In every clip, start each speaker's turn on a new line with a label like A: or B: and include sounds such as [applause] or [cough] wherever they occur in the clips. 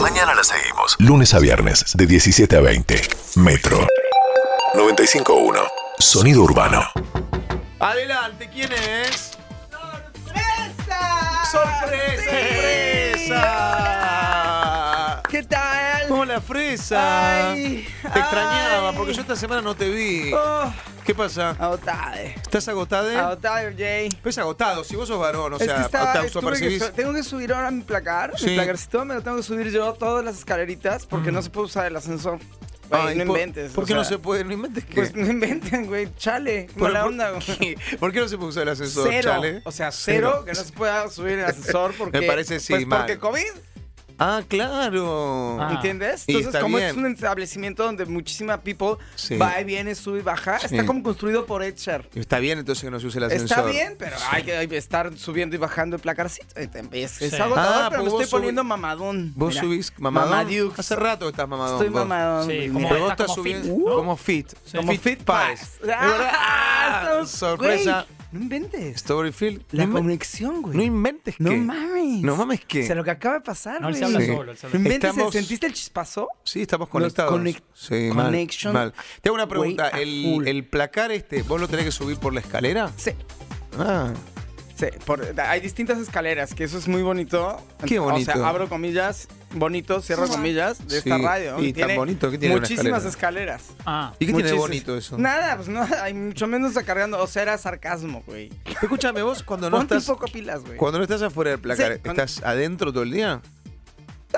A: Mañana la seguimos. Lunes a viernes, de 17 a 20. Metro 95.1. Sonido urbano.
B: Adelante, ¿quién es?
C: ¡Sorpresa!
B: ¡Sorpresa!
C: Ah, Sí.
B: ¡Fresa!
C: ¿Qué tal?
B: Hola, Fresa.
C: Ay,
B: te extrañaba
C: ay.
B: porque yo esta semana no te vi.
C: Oh,
B: ¿Qué pasa?
C: agotade.
B: ¿Estás agotada?
C: Agotade, Jay.
B: Pero es agotado, si vos sos varón, ¿Eh? o
C: Ah, Es
B: sea,
C: que estaba-
B: te
C: tuve que
B: autopercibís.
C: su- tengo que subir ahora mi placar,
B: Sí. Mm.
C: mi placarcito, me lo tengo que subir yo todas las escaleritas porque no se puede usar el ascensor. Güey,
B: Ay,
C: no
B: ¿por-
C: inventes.
B: ¿Por
C: o
B: qué no
C: sea,
B: se puede? ¿No inventes qué?
C: Pues no inventen, güey. Chale,
B: Pero,
C: mala
B: ¿por
C: onda, güey.
B: qué? ¿Por qué no se puede usar el ascensor,
C: Cero,
B: Chale?
C: o sea, cero, que no se pueda subir el ascensor
B: [laughs]
C: porque
B: Me parece, sí,
C: pues,
B: mal.
C: porque COVID.
B: Ah, claro.
D: Ah.
C: ¿Entiendes?
B: Y
C: Entonces,
B: está
C: como este
B: bien.
C: es un establecimiento donde muchísima people
B: Sí.
C: va y viene, sube y baja,
B: Sí.
C: está como construido por Edger.
B: Está bien entonces que no se use el ascensor.
C: Está bien, pero hay que hay que estar subiendo y bajando el placarcito. Es, es
D: Sí.
C: agotador,
B: Ah,
C: pero me
B: pues vos
C: estoy poniendo
B: subís-
C: mamadón.
B: ¿Vos
C: Mira,
B: subís mamadón?
C: Mamadukes.
B: Hace rato que estás mamadón.
C: Estoy
B: vos.
C: mamadón.
D: Sí,
C: mira.
D: como-
B: Pero vos
D: Está
B: estás
D: como fit.
B: subiendo como fit.
C: Uh. Como
B: Fit
C: Fit ¡Ah!
B: Pies.
C: Pies.
B: De verdad.
C: Ah,
B: Ah,
C: so-
B: sorpresa.
C: güey, No inventes.
B: Storyfield.
C: La
B: no, inven-
C: conexión, güey.
B: no inventes que.
C: No mames.
B: No mames que.
C: O sea, lo que acaba de pasar,
D: No,
C: güey.
D: él se habla
B: Sí.
D: solo. él se habla
C: No
D: solo.
C: inventes,
B: Estamos-
C: ¿sentiste el chispazo?
B: Sí, estamos
C: Los
B: conectados.
C: connect-
B: sí, mal,
C: connection
B: mal. Te hago una pregunta.
C: way a
B: El,
C: full.
B: el placar este, ¿vos lo tenés que subir por la escalera?
C: Sí.
B: Ah,
C: Sí, por- hay distintas escaleras, que eso es muy bonito.
B: Qué bonito.
C: O sea, abro comillas, bonito, cierro comillas de esta
B: Sí,
C: radio.
B: y tan
C: Tiene
B: bonito que tiene una
C: Muchísimas
B: escalera.
C: escaleras.
D: Ah,
B: ¿Y qué tiene de
C: Muchísimas-
B: bonito eso?
C: Nada, pues no, hay mucho menos está cargando. O sea, era sarcasmo, güey.
B: Escúchame, vos cuando no
C: Ponte un
B: estás.
C: poco pilas, güey.
B: Cuando no estás afuera del placar,
C: Sí, cuando-
B: ¿estás adentro todo el día?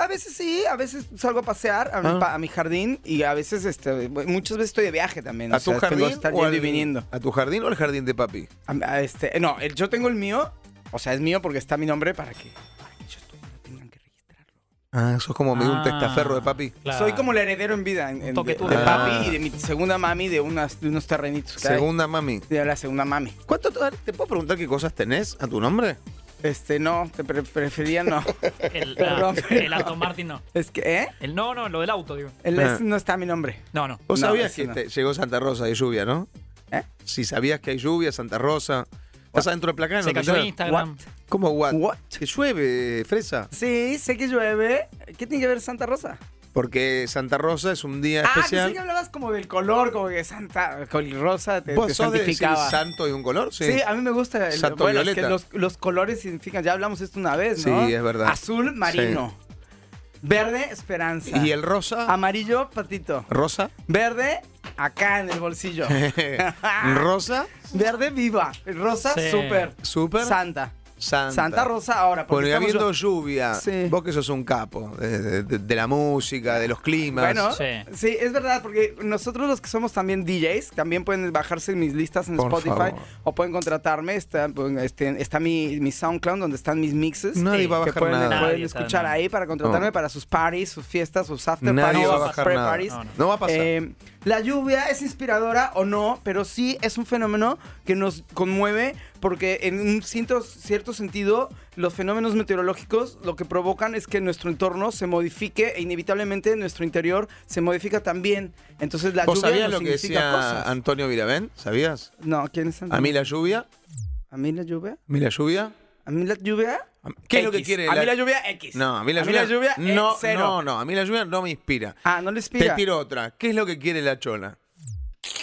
C: A veces sí, a veces salgo a pasear a, mi,
B: Ah.
C: pa- a mi jardín y a veces, este, muchas veces estoy de viaje también.
B: ¿A
C: o sea,
B: tu
C: Tengo que
B: jardín?
C: estar
B: o
C: yendo
B: al-
C: y viniendo.
B: ¿A tu jardín o al jardín de papi?
C: A- a este, no, el- yo tengo el mío, o sea, es mío porque está mi nombre para que, para que yo estoy- no tengan que registrarlo.
B: Ah, sos como medio un
D: Ah.
B: testaferro de papi.
D: claro.
C: Soy como el heredero en vida en- en- de,
D: Toque tú.
C: de
B: Ah.
C: papi y de mi segunda mami de, unas, de unos terrenitos. que hay.
B: Segunda mami.
C: De la segunda mami.
B: ¿Cuánto te, te puedo preguntar qué cosas tenés a tu nombre?
C: Este, no, te pre-
B: [laughs]
C: prefería no.
D: El,
C: Perdón,
D: ah,
C: pero-
D: el auto Martin no.
C: es que, ¿eh?
D: El no, no, lo del auto, digo.
C: El-
B: Ah.
C: es- no está mi nombre.
D: No, no.
B: Vos
C: No,
B: sabías
C: ese
B: que
C: no.
B: te- llegó Santa Rosa, hay lluvia, ¿no?
C: ¿Eh?
B: Si sabías que hay lluvia, Santa Rosa. ¿Estás adentro del placar?
D: Se
B: ¿no te
D: cayó
B: enteras?
D: Instagram.
B: ¿Cómo what?
C: What?
B: Que llueve, Fresa.
C: Sí, sé que llueve. ¿Qué tiene que ver Santa Rosa?
B: Porque Santa Rosa es un día
C: Ah, que sí
B: especial.
C: que hablabas como del color, como que Santa con Rosa te,
B: ¿Vos
C: te
B: sos de decir
C: santificaba.
B: santo y un color? Sí.
C: Sí. a mí me gusta. El,
B: Santo
C: bueno, es que
B: Violeta.
C: los, los colores significan, ya hablamos esto una vez, ¿no?
B: Sí, es verdad.
C: Azul, marino. Verde, esperanza.
B: ¿Y el rosa?
C: Amarillo, patito. [laughs]
B: ¿Rosa? [laughs]
C: Verde, acá en el bolsillo.
B: ¿Rosa?
C: Verde, viva. Rosa,
D: Sí.
C: súper.
B: ¿Súper?
C: Santa.
B: Santa.
C: Santa Rosa ahora. porque
B: Bueno, y
C: estamos
B: habiendo
C: yo-
B: lluvia,
C: Sí.
B: vos que sos un capo de, de- de- de la música, de los climas.
C: Bueno,
D: Sí.
C: sí. es verdad, porque nosotros los que somos también DJs, también pueden bajarse mis listas en
B: Por
C: Spotify
B: favor.
C: o pueden contratarme. Está, pues, este, está mi, mi SoundCloud donde están mis mixes.
B: Nadie
D: Sí,
B: va a
C: que
B: bajar
C: pueden,
B: nada.
C: pueden
D: Nadie sabe
C: escuchar
D: nada.
C: ahí para contratarme
B: No.
C: para sus parties, sus fiestas, sus after
B: Nadie
C: parties,
B: va a
C: sus
B: bajar
C: pre
B: nada.
C: parties.
D: No, no.
B: No va a pasar.
C: Eh, la lluvia es inspiradora o no, pero sí es un fenómeno que nos conmueve porque en un cierto, cierto sentido los fenómenos meteorológicos lo que provocan es que nuestro entorno se modifique e inevitablemente nuestro interior se modifica también. Entonces la
B: ¿Vos
C: lluvia
B: sabías
C: nos
B: lo que
C: significa
B: decía
C: cosas.
B: Antonio Virabén? ¿Sabías?
C: No, ¿quién es Antonio?
B: A mí la lluvia.
C: ¿A mí la lluvia?
B: ¿A mí la lluvia?
C: ¿A mí la lluvia?
B: a- ¿Qué es lo que
C: X.
B: quiere?
C: A mí la lluvia X.
B: No, a mí la lluvia.
C: eh,
B: no,
C: cero.
B: no, no, a mí la lluvia no me inspira.
C: Ah, no
B: Te
C: le inspira.
B: tiro otra. ¿Qué es lo que quiere la chola?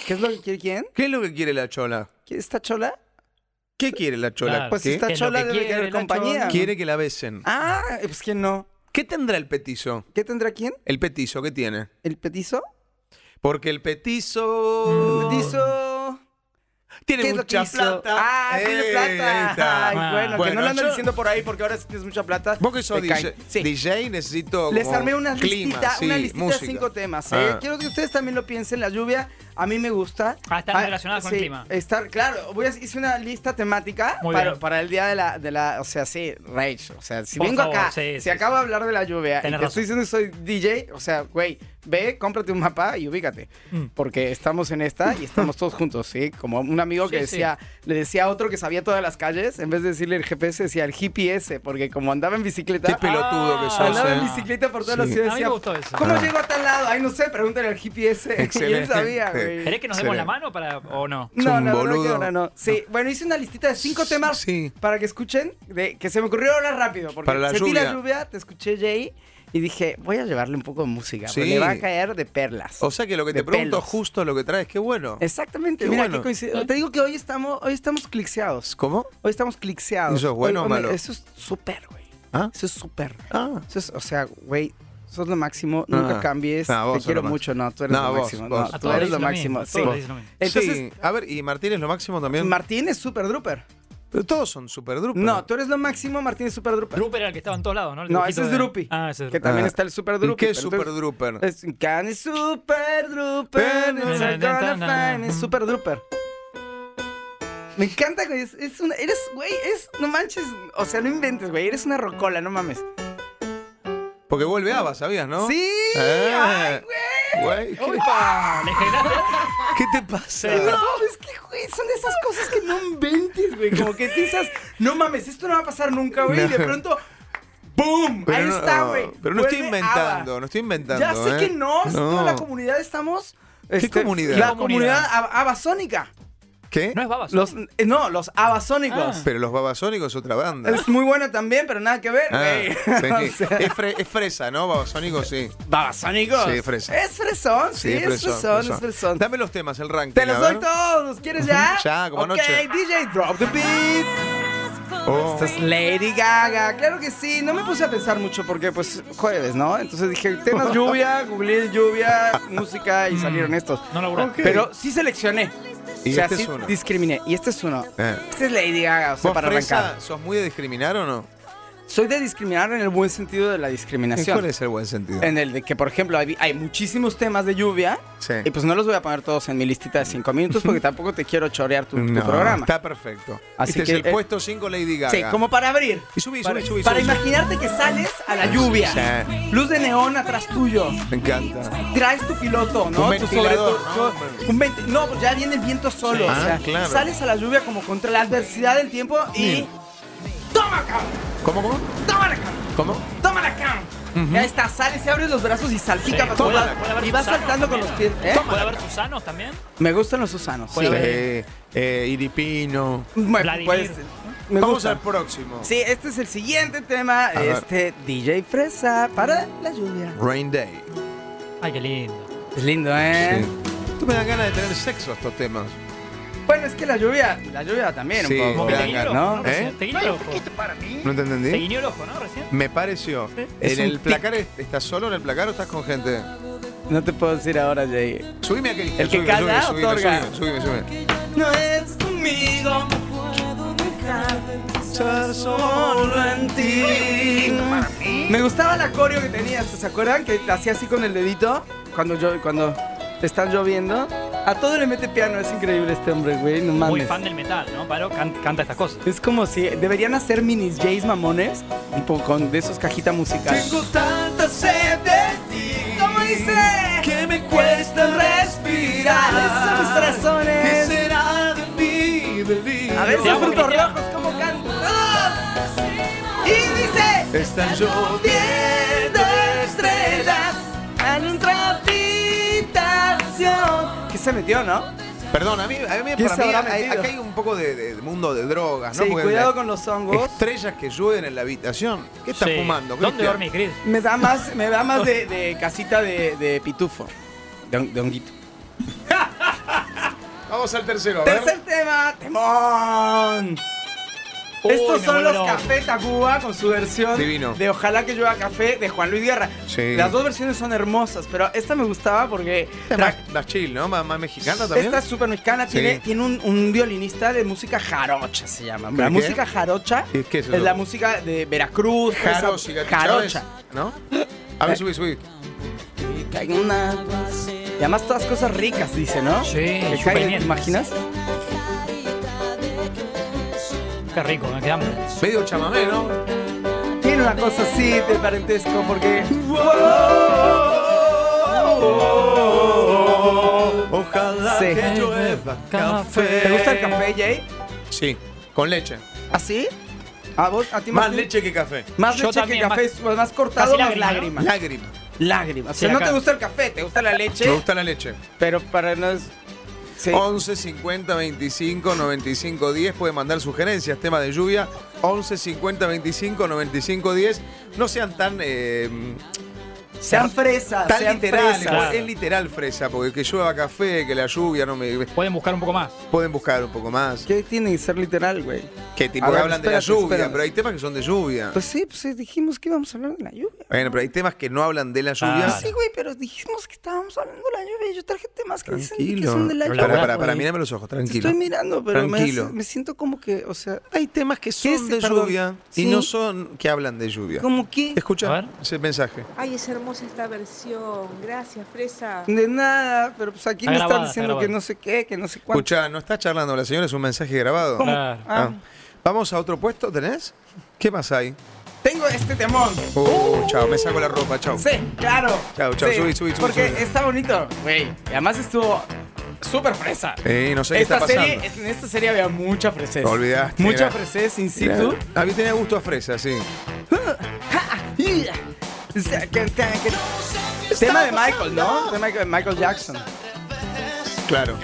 C: ¿Qué es lo que quiere quién?
B: ¿Qué es lo que quiere la chola?
C: ¿Quién está chola?
B: ¿Qué quiere la chola?
D: Claro.
C: Pues
B: ¿Qué?
C: si está
D: ¿Qué es lo
C: chola
D: que
C: debe
D: quiere
C: querer
D: la
C: compañía.
D: chola?
B: Quiere que la besen.
C: Ah, eh, pues quién no.
B: ¿Qué tendrá el petizo?
C: ¿Qué tendrá quién?
B: ¿El petizo qué tiene?
C: ¿El petizo?
B: Porque el petizo.
C: Petizo. Mm. ¿Qué
B: Oh. Tiene
C: es lo que
B: mucha
C: hizo?
B: plata.
C: Ah, tiene
B: Eh, ahí
C: plata.
B: está.
C: Ay,
D: Ah.
C: bueno, que
B: Bueno,
C: no lo andan
B: yo-
C: diciendo por ahí porque ahora si tienes mucha plata.
B: Vos que sos
C: te
B: DJ,
C: caen. Sí.
B: DJ, necesito.
C: Les
B: como
C: armé una
B: clima,
C: listita,
B: sí,
C: una listita
B: música.
C: de cinco temas. ¿eh?
B: Ah.
C: Quiero que ustedes también lo piensen. La lluvia a mí me gusta.
D: Ah, están relacionadas con el clima.
C: Estar, claro, voy a, hice una lista temática
D: Muy
C: para,
D: bien.
C: para el día de la, de la. O sea, sí, Rage. O sea, si
D: Por
C: vengo
D: favor,
C: acá,
D: sí,
C: si
D: sí,
C: acabo de hablar de la lluvia y
D: Tenés
C: te estoy diciendo que soy DJ, o sea, güey, ve, cómprate un mapa y ubícate.
D: Mm.
C: Porque estamos en esta y estamos todos juntos, ¿sí? Como un amigo que
D: Sí, sí.
C: decía, le decía a otro que sabía todas las calles, en vez de decirle el GPS, decía el GPS, porque como andaba en bicicleta.
B: Qué pelotudo que sos.
D: Ah,
C: Andaba
B: eh.
C: en bicicleta por
B: Sí.
C: toda la ciudad.
D: A mí me
C: decía,
D: gustó eso.
C: ¿Cómo
B: Ah.
C: llego a tal lado? Ay, no sé, pregúntale al GPS. [laughs] Y él
B: Excelente. [laughs]
C: sabía,
B: que-
D: ¿Querés que nos
B: se
D: demos
B: ve.
D: la mano para, o no?
B: Es
C: No,
B: un
C: la verdad que
B: boludo.
C: ahora no. Sí, bueno, hice una listita de cinco temas
B: Sí.
C: para que escuchen, de, que se me ocurrió ahora rápido, porque
B: Para la
C: sentí la
B: lluvia.
C: lluvia, te escuché Jay y dije, voy a llevarle un poco de música,
B: Sí.
C: porque le va a caer de perlas.
B: O sea que lo que
C: De
B: te pregunto
C: pelos.
B: justo lo que traes, qué bueno.
C: Exactamente,
B: Qué
C: mira
B: bueno.
C: qué coincidencia. Te digo que hoy estamos, hoy estamos clixeados.
B: ¿Cómo?
C: Hoy estamos clixeados.
B: ¿Eso es bueno
C: Hoy-
B: o
C: hombre,
B: malo?
C: Eso es súper, güey.
B: ¿Ah?
C: Eso es súper.
B: Ah.
C: Eso es, o sea, güey, sos lo máximo, nunca
B: Ah.
C: cambies,
B: No, vos
C: te
B: sos
C: quiero
B: lo
C: mucho, no, tú eres
B: No,
C: lo
B: vos,
C: máximo.
B: vos.
C: no,
B: A
C: tú
B: todos
C: eres
D: les
C: lo
D: dicen
C: máximo,
D: lo mismo, a
C: sí.
D: todos les dicen lo mismo.
C: Entonces,
B: sí. A ver, ¿y Martín es lo máximo también?
C: Martín es súper druper.
B: Pero todos son super druper.
C: No, tú eres lo máximo, Martín es súper druper.
D: Druper era el que estaba en todos lados, ¿no? El
C: No,
D: dibujito
C: ese es
D: de-
C: Drupi.
D: Ah, ese es
C: Que
D: Drupi.
C: también
B: Ah.
C: está el super
B: ¿Y
C: druper.
B: qué es
C: Entonces,
B: super druper?
C: Es can is super druper, it's a gonna find, es super druper. Me encanta, güey. Es, es una, eres, güey, es, no manches. O sea, no inventes, güey. Eres una rocola, no mames.
B: Porque vuelve Ava, ¿sabías, no?
C: Sí.
B: Eh.
C: Ay, güey.
B: Güey, ¿qué,
D: Le generaste-
B: qué te pasa?
C: No, es que, güey, son de esas cosas que no inventes, güey. Como que piensas, no mames, esto no va a pasar nunca, güey. Y de
B: No.
C: pronto, ¡boom!
B: Pero
C: Ahí
B: no-
C: está, güey.
B: Pero no estoy
C: Vuelve
B: inventando,
C: ABBA.
B: no estoy inventando.
C: Ya sé
B: ¿eh?
C: que no, toda la comunidad estamos. este,
B: comunidad?
C: La
D: ¿Qué
C: comunidad
D: comunidad?
C: ab- abasónica.
B: ¿Qué?
D: No es babas.
C: Los, Ah. eh, no, los abasónicos.
B: Pero los babasónicos es otra banda.
C: Es muy buena también, pero nada que ver,
B: Ah,
C: [laughs] güey.
B: sí.
C: O sea,
B: es, fre- es fresa, ¿no? Babasónicos, sí.
C: ¿Babasónicos?
B: Sí, fresa.
C: Es fresón, Eh, sí, es fresón, es fresón.
B: Dame los temas, el ranking.
C: Te los
B: a
C: doy
B: ver.
C: todos, ¿quieres ya?
B: [laughs] Ya, como
C: Ok,
B: anoche.
C: DJ, drop the beat.
B: Oh.
C: Esta es Lady Gaga, claro que sí. No me puse a pensar mucho porque, pues, jueves, ¿no? Entonces dije, temas lluvia, googleé lluvia, música
B: Mm.
C: y salieron estos.
D: No laburó.
B: Ok.
C: Pero sí seleccioné.
B: Y
C: o sea,
B: este
C: sí
B: es uno.
C: discriminé. Y este es uno.
B: Eh.
C: Este es Lady Gaga, o sea,
B: ¿Vos,
C: para
B: fresa,
C: arrancar.
B: sos muy de discriminar o no?
C: Soy de discriminar en el buen sentido de la
B: ¿En
C: discriminación.
B: ¿Cuál es el buen sentido?
C: En el de que, por ejemplo, hay, hay muchísimos temas de lluvia.
B: Sí.
C: Y pues no los voy a poner todos en mi listita de cinco minutos
B: [laughs]
C: porque tampoco te quiero chorear tu, tu
B: No,
C: programa.
B: Está perfecto.
C: Así
B: este
C: que,
B: es el
C: eh,
B: puesto 5 Lady Gaga.
C: Sí, como para abrir.
B: Y subí,
C: Para,
B: subí, subí.
C: para
B: subí.
C: imaginarte que sales a la lluvia.
B: Sí.
C: Luz de neón atrás tuyo.
B: Me encanta.
C: Traes tu piloto, ¿no?
B: Un
C: Tu
B: ventilador,
C: sobre-
B: ¿no?
C: tu- un venti- no, pues ya viene el viento solo.
B: Sí.
C: o sea,
B: Ah, claro.
C: sales a la lluvia como contra la adversidad del tiempo y.
B: Sí.
C: ¡Toma, cabrón!
B: ¿Cómo, cómo?
C: ¡Tómala, cabrón!
B: ¿Cómo?
C: ¡Tómala, cabrón! Y Ahí está, sales y abres los brazos y salpica
D: Sí,
C: para todos
D: tómala,
C: lados.
D: tómala,
C: Y vas
D: Susano,
C: saltando con los pies.
D: mira.
C: ¿eh?
D: ¿Puede haber Susanos también?
C: Me gustan los Susanos.
D: Puede
C: sí.
D: haber.
B: Eh, eh, Iripino.
C: Bueno,
D: Vladimir.
C: pues, me
B: Vamos
C: gusta.
B: al próximo.
C: Sí, este es el siguiente tema.
B: A ver.
C: este DJ Fresa para la lluvia.
B: Rain Day.
D: Ay, qué lindo.
C: Es lindo, ¿eh?
B: Sí. Tú me dan ganas de tener sexo estos temas.
C: Bueno, es que la lluvia, la lluvia también
B: Sí,
C: un
D: Como
C: poco.
B: me
D: que te
B: dan
D: guiñó el
B: ganas,
D: ojo,
C: ¿no?
D: ¿no? Recién. Te guiñó el ojo.
B: ¿No te entendí?
D: Te guiñó el ojo, ¿no? Recién.
B: Me pareció.
C: Es
B: ¿En
C: un
B: el
C: tic.
B: placar estás solo en el placar o estás con gente?
C: No te puedo decir ahora, Jay.
B: Subime aquel.
C: El que calla, otorga.
B: Subime, subime.
C: No es conmigo.
B: subime.
C: Solo en ti. Me gustaba la coreo que tenías, ¿se acuerdan? Que hacía así con el dedito cuando yo, cuando te están lloviendo. A todo le mete piano, es increíble este hombre, güey, no mames.
D: Muy fan del metal, ¿no? Paro can- canta estas cosas.
C: Es como si deberían hacer minis Jays mamones, tipo con de esos cajita musical. Tengo tanta sed de ti. ¿Cómo dice? Que me cuesta respirar. Esos son mis razones. ¿Qué será de mí, A ver, los
D: Te amo,
C: frutos
D: que te amo.
C: rojos, ¿cómo canto? ¡Ah! Y dice: Están lloviendo estrellas en otra habitación. ¿Qué se metió, no?
B: Perdón, a mí, a mí
C: ¿Quién
B: para
C: se
B: mí
C: habrá
B: hay-
C: metido?
B: acá hay un poco de, de mundo de drogas, ¿no?
C: sí,
B: Porque
C: cuidado
B: las
C: con los hongos.
B: Estrellas que llueven en la habitación. ¿Qué estás
D: Sí.
B: fumando?
D: ¿Dónde
B: Cristian?
D: dormís, Chris?
C: Me da más, me da más de, de casita de, de pitufo. De, hon- de honguito.
B: Vamos al tercero. a ver.
C: Tercer tema, temón.
D: Uy,
C: Estos
D: me
C: son
D: vuelvo
C: los
D: loco.
C: Café Tacuba con su versión
B: Divino.
C: de Ojalá que llueva café de Juan Luis Guerra.
B: Sí.
C: Las dos versiones son hermosas, pero esta me gustaba porque
B: Esta es más, más chill, ¿no? Más, más mexicana también.
C: esta es súper mexicana.
B: Sí.
C: Tiene, tiene un, un violinista de música jarocha, se llama. La
B: ¿Qué?
C: música jarocha
B: ¿Y qué es eso?
C: la música de Veracruz. esa-
B: Jaro, cigarrillo,
C: jarocha. Eh.
B: ¿No? A ver, subí, subí.
C: Que caiga una- Y además todas cosas ricas, dice, ¿no?
D: Sí,
C: Que
D: súper
C: caiga, ¿Te
D: bien.
C: imaginas?
D: Qué rico, me quedamos.
B: Medio chamamé, ¿no?
C: Tiene una cosa así de parentesco porque...
B: Ojalá
C: Sí.
B: que llueva café.
C: ¿Te gusta el café, Jay?
B: Sí, con leche.
C: ¿Así? ¿A vos? ¿A ti
B: Más
C: Martín?
B: leche que café.
C: Más
D: Yo
C: leche que
D: también,
C: café, más, cortado,
D: casi
C: más
D: lágrima, ¿no?
C: lágrima.
B: Lágrima.
C: lágrimas. O sea,
D: Sí,
C: no
D: acá-
C: te gusta el café, te gusta la leche.
B: Me gusta la leche.
C: Pero para no es. Sí.
D: Oh,
B: 11 50 25 95 10. Pueden mandar sugerencias, tema de lluvia. 11 50 25 95 10. No sean tan. eh,
C: sean fresas,
B: tan
C: Ah, sean
B: literales.
C: fresas.
B: porque Es literal fresa, porque que llueva café, que la lluvia no me.
D: Pueden buscar un poco más.
B: Pueden buscar un poco más.
C: ¿Qué tiene que ser literal, güey?
B: Que tipo
C: A ver,
B: que hablan de la
C: espérate,
B: lluvia,
C: espérate.
B: pero hay temas que son de lluvia.
C: Pues sí, pues eh, dijimos que íbamos a hablar de la lluvia.
B: bueno, pero hay temas que no hablan de la lluvia.
D: Claro.
C: Ah, Sí, güey, pero dijimos que estábamos hablando de la lluvia. Yo traje temas que dicen que
B: Tranquilo.
C: son de la
D: Pero
C: lluvia.
D: la
B: Para,
D: verdad,
B: para, para,
C: güey.
B: mírame los ojos,
C: Te
B: tranquilo.
C: estoy mirando, pero me,
B: Tranquilo.
C: hace- me siento como que, o sea,
B: Hay temas que son
C: ¿Qué es?
B: de
C: Perdón.
B: lluvia y
C: Sí.
B: no son que hablan de lluvia.
C: como que
D: A
B: Escucha
D: ver.
B: ese mensaje.
E: Ay, es hermosa esta versión. Gracias, Fresa.
C: de nada, pero pues aquí
D: Está
C: me
D: grabada,
C: están
D: está
C: diciendo que
D: grabada.
C: no sé qué, que no sé cuánto.
B: Escucha, no está charlando la señora, es un mensaje grabado.
C: ¿Cómo?
D: Claro.
B: Ah.
C: Ah.
B: Vamos a otro puesto, ¿tenés? ¿Qué más hay?
C: Tengo este temón.
B: Oh, chao, me saco la ropa, chao.
C: Sí, claro.
B: Chao, chao,
C: Sí,
B: subí, subí, subí,
C: Porque
B: subí.
C: está bonito, güey. Y Además estuvo súper fresa.
B: Eh, no sé qué
C: Esta
B: está pasando.
C: serie, en esta serie había mucha fresez.
B: Te olvidaste,
C: Mucha
B: era.
C: fresez in
B: Mirá.
C: [laughs] situ.
B: A mí tenía gusto a fresa, sí.
C: O sea, que- que- que- Tema de Michael, ¿no? Tema de Michael Jackson.
B: Claro.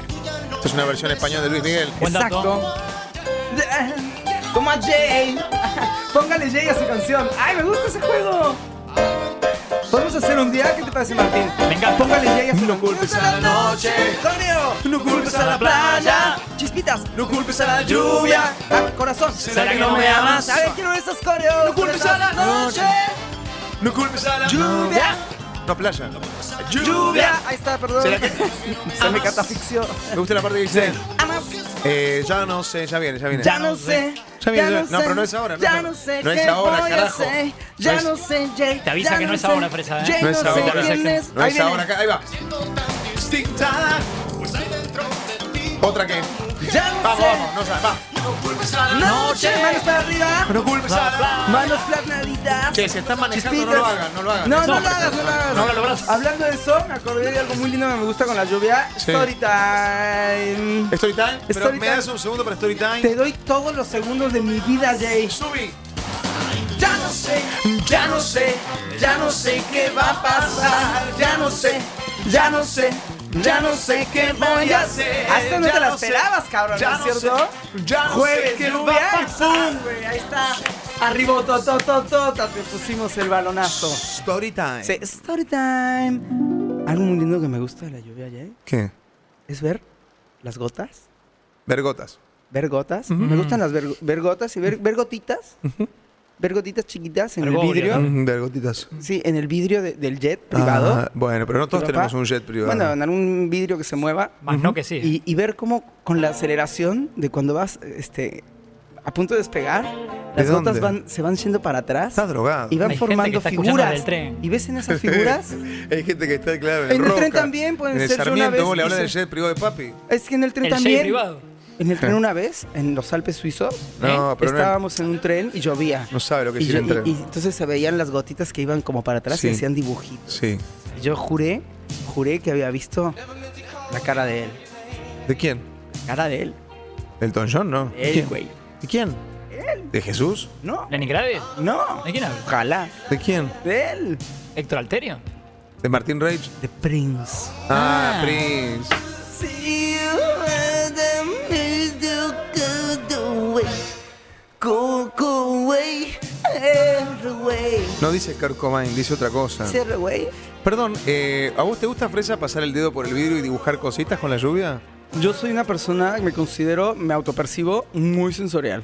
B: Esta es una versión española de Luis Miguel.
D: Buen dato.
C: Exacto. Toma Jay. Póngale Jay a su canción. Ay, me gusta ese juego. Podemos hacer un día, ¿qué te parece, Martín?
D: Me encanta.
C: Póngale Jay a su No culpes a la noche, Antonio. No culpes a la playa, chispitas. No culpes a la lluvia, a mi corazón.
D: ¿Será que no me amas?
C: A ver, quiero esas coreos. No culpes a la noche,
B: No culpes a la
C: lluvia,
B: No, playa.
C: lluvia. Ahí está, perdón.
B: ¿Será que-
C: Se me catafixió.
B: Me gusta la parte que dice.
C: Amas.
B: eh, ya no sé, ya viene, ya viene.
C: Ya no sé.
B: Ya viene, ya- no, pero no es ahora, no,
C: Ya
B: no.
C: no sé.
B: No es
C: qué
B: ahora,
C: voy a
B: carajo.
C: hacer.
B: No
C: Ya
B: es-
C: no sé, Jay.
D: Te avisa
C: ya
D: que no es
C: sé.
D: ahora, fresa, ¿eh?
C: Jay,
B: No es
C: sé
B: ahora.
C: quién
D: No
C: es.
B: No
C: Ahí
B: es
C: viene.
B: ahora, acá, ahí va. Distinta. Otra que.
C: Ya no
B: Vamos,
C: sé.
B: vamos, no sabe, va.
C: Noche. Manos para arriba.
B: No culpes a la playa.
C: Manos planaditas.
B: Che, si están manejando,
C: Chispitas.
B: no lo hagan, no lo hagan.
C: No, no,
D: No,
C: lo hagas, no lo hagas.
D: no hagan los brazos.
C: Hablando de eso, me acordé de algo muy lindo que me gusta con la lluvia.
B: Sí.
C: Story time.
B: Story time, pero
C: Story
B: me
C: time.
B: das un segundo para story
C: Te
B: time.
C: doy todos los segundos de mi vida, Jay.
B: Subí.
C: Ya no sé, ya no sé, ya no sé qué va a pasar. Ya no sé, ya no sé, ya no sé qué voy a hacer. Hasta no
B: Ya
C: te la
B: sé,
C: esperabas, cabrón,
B: ya
C: ¿no es cierto?
B: sé, Ya no sé
C: Jueves,
B: qué
C: lluvia
B: va a
C: y
B: pasar.
C: [laughs] pum, güey, ahí está. Arriba, te pusimos el balonazo.
B: Story time.
C: Sí, story time. Algo muy lindo que me gusta de la lluvia, Jay,
B: ¿Qué?
C: es ver las gotas.
B: Vergotas.
C: ver gotas. Me gustan las ver, ver gotas y ver, ver gotitas. Ver gotitas chiquitas en el
D: Vergobria,
C: vidrio.
D: ¿no?
B: Vergotitas.
C: Sí, en el vidrio de- del jet privado.
B: Ah, bueno, pero no todos
C: Europa.
B: tenemos un jet privado.
C: Bueno, en algún vidrio que se mueva.
D: Más no que sí.
C: Y, y ver cómo con la aceleración de cuando vas este, a punto de despegar,
B: ¿De
C: las
B: dónde?
C: gotas van, se van yendo para atrás
B: Está drogado.
C: y van
D: Hay gente que
C: formando
D: está escuchando la
C: figuras.
D: del tren.
C: Y ves en esas figuras,
B: Hay gente que está claro. En,
C: En el
B: Roca,
C: tren también pueden
B: en el
C: ser, yo una
B: Sarmiento,
C: vez
B: vos le hablas del
C: hice- ¿Eh?
B: jet privado de papi.
C: es que en el tren
D: el
C: también.
D: shade privado.
C: En el tren una vez, en los Alpes suizos,
B: Eh. No, pero no-
C: estábamos en un tren y llovía.
B: no, sabe lo que
C: Y,
B: es ir
C: yo-
B: en tren.
C: y- y entonces se veían las gotitas que iban como para atrás
B: Sí.
C: y hacían dibujitos.
B: Sí.
C: Y Yo juré, juré que había visto la cara de él.
B: ¿De quién?
C: La cara de él.
B: ¿Elton John? No. ¿De
C: Él,
B: quién?
C: güey.
B: ¿De quién? ¿De Jesús?
C: No,
D: ¿Lenny Kravitz?
C: no.
D: ¿De quién habla?
C: Ojalá.
B: ¿De quién?
C: De él.
D: ¿Héctor Alterio?
B: ¿De Martín Rage?
C: De Prince.
B: Ah,
D: Ah.
B: Prince. No dice Kurt Cobain, dice otra cosa.
C: Cierra, güey.
B: Perdón, eh, ¿a vos te gusta, Fresa, pasar el dedo por el vidrio y dibujar cositas con la lluvia?
C: Yo soy una persona que me considero, me autopercibo muy sensorial.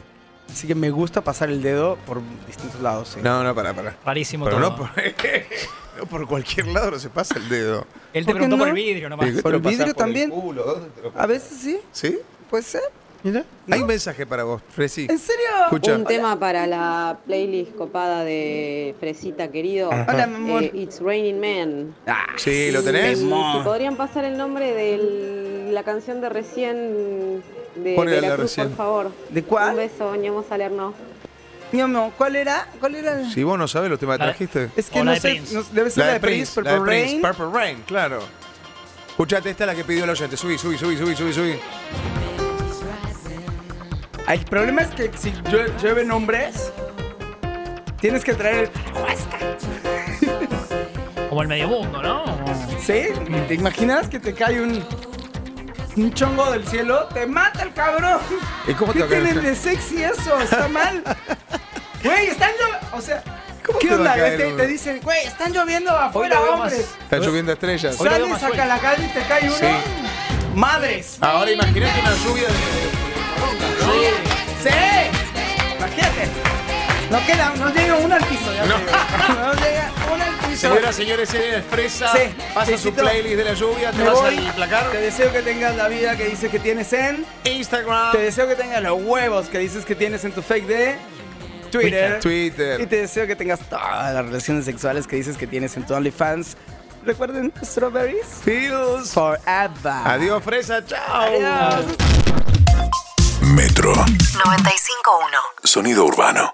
C: Así que me gusta pasar el dedo por distintos lados. sí.
B: No, no, para, para.
D: Rarísimo
B: Pero
D: todo.
C: pues.
B: no por, [laughs] no por cualquier lado no se pasa el dedo.
D: Él te
C: ¿Por qué
D: preguntó por
C: no?
D: el vidrio nomás.
B: ¿Qué te
C: Por
B: lo
C: el
B: pasás
C: vidrio también.
B: culo? ¿Dónde te lo
C: A veces sí,
B: ¿Sí?
C: puede ser.
B: Mira. Hay un mensaje para vos, Fresi.
C: ¿En serio?
B: Escucha.
F: Un tema para la playlist copada de Fresita querido.
C: Hola, mi amor. Ah,
F: Eh, It's Raining Man.
B: Sí, Ah. ¿lo tenés?
F: Y
C: Temón.
F: si podrían pasar el nombre de la canción de recién de
B: Ponela la
F: Veracruz,
B: recién.
F: por favor.
C: ¿De cuál?
F: Un beso, ñamos a leernos.
C: Mi amor, ¿cuál era? ¿Cuál era? el-
B: Si vos no sabés los temas que
D: La-
B: trajiste.
C: Es que
D: O la
C: no
D: de
C: sé,
D: Prince.
C: no- debe ser la de Prince,
B: la de
C: Purple Rain.
B: Prince, Purple Rain, claro. Escuchate, esta es la que pidió el oyente. Subí, subí, subí, subí, subí, subí.
C: El problema es que si llue- llueven hombres, tienes que traer el...
D: Como el medio mundo, ¿no?
C: ¿Sí? ¿Te imaginas que te cae un, un chongo del cielo? ¡Te mata el cabrón!
B: ¿Y cómo te
C: ¿Qué
B: va a caer
C: tiene
B: el
C: de sexy eso? Está mal. Güey, están lloviendo. O sea, ¿qué
B: te va a
C: onda?
B: caer
C: Este,
B: uno?
C: te dicen, güey, están lloviendo
D: Hoy
C: afuera,
D: lo veo
C: hombres.
B: Está lloviendo estrellas.
D: Hoy lo veo
C: Sales
D: más
C: a
D: suelto.
C: Calacal y te cae uno. Madres.
B: Ahora imagínate una lluvia de.
C: ¡Sí! Imagínate. No queda, no llega un al piso. ya
B: No.
C: te digo. No llega un al piso.
B: Señoras, señores, serie expresa.
C: Sí.
B: Pasa su
C: Felicito.
B: playlist de la lluvia, te
C: Me
B: vas
C: voy.
B: al placar.
C: Te deseo que tengas la vida que dices que tienes en.
B: Instagram.
C: Te deseo que tengas los huevos que dices que tienes en tu fake de Twitter.
B: Twitter.
C: Y te deseo que tengas todas las relaciones sexuales que dices que tienes en tu OnlyFans. Recuerden, strawberries
B: Feels.
C: forever.
B: Adiós, Fresa. Chao.
C: Adiós.
A: Metro.
G: 951.
A: Sonido urbano.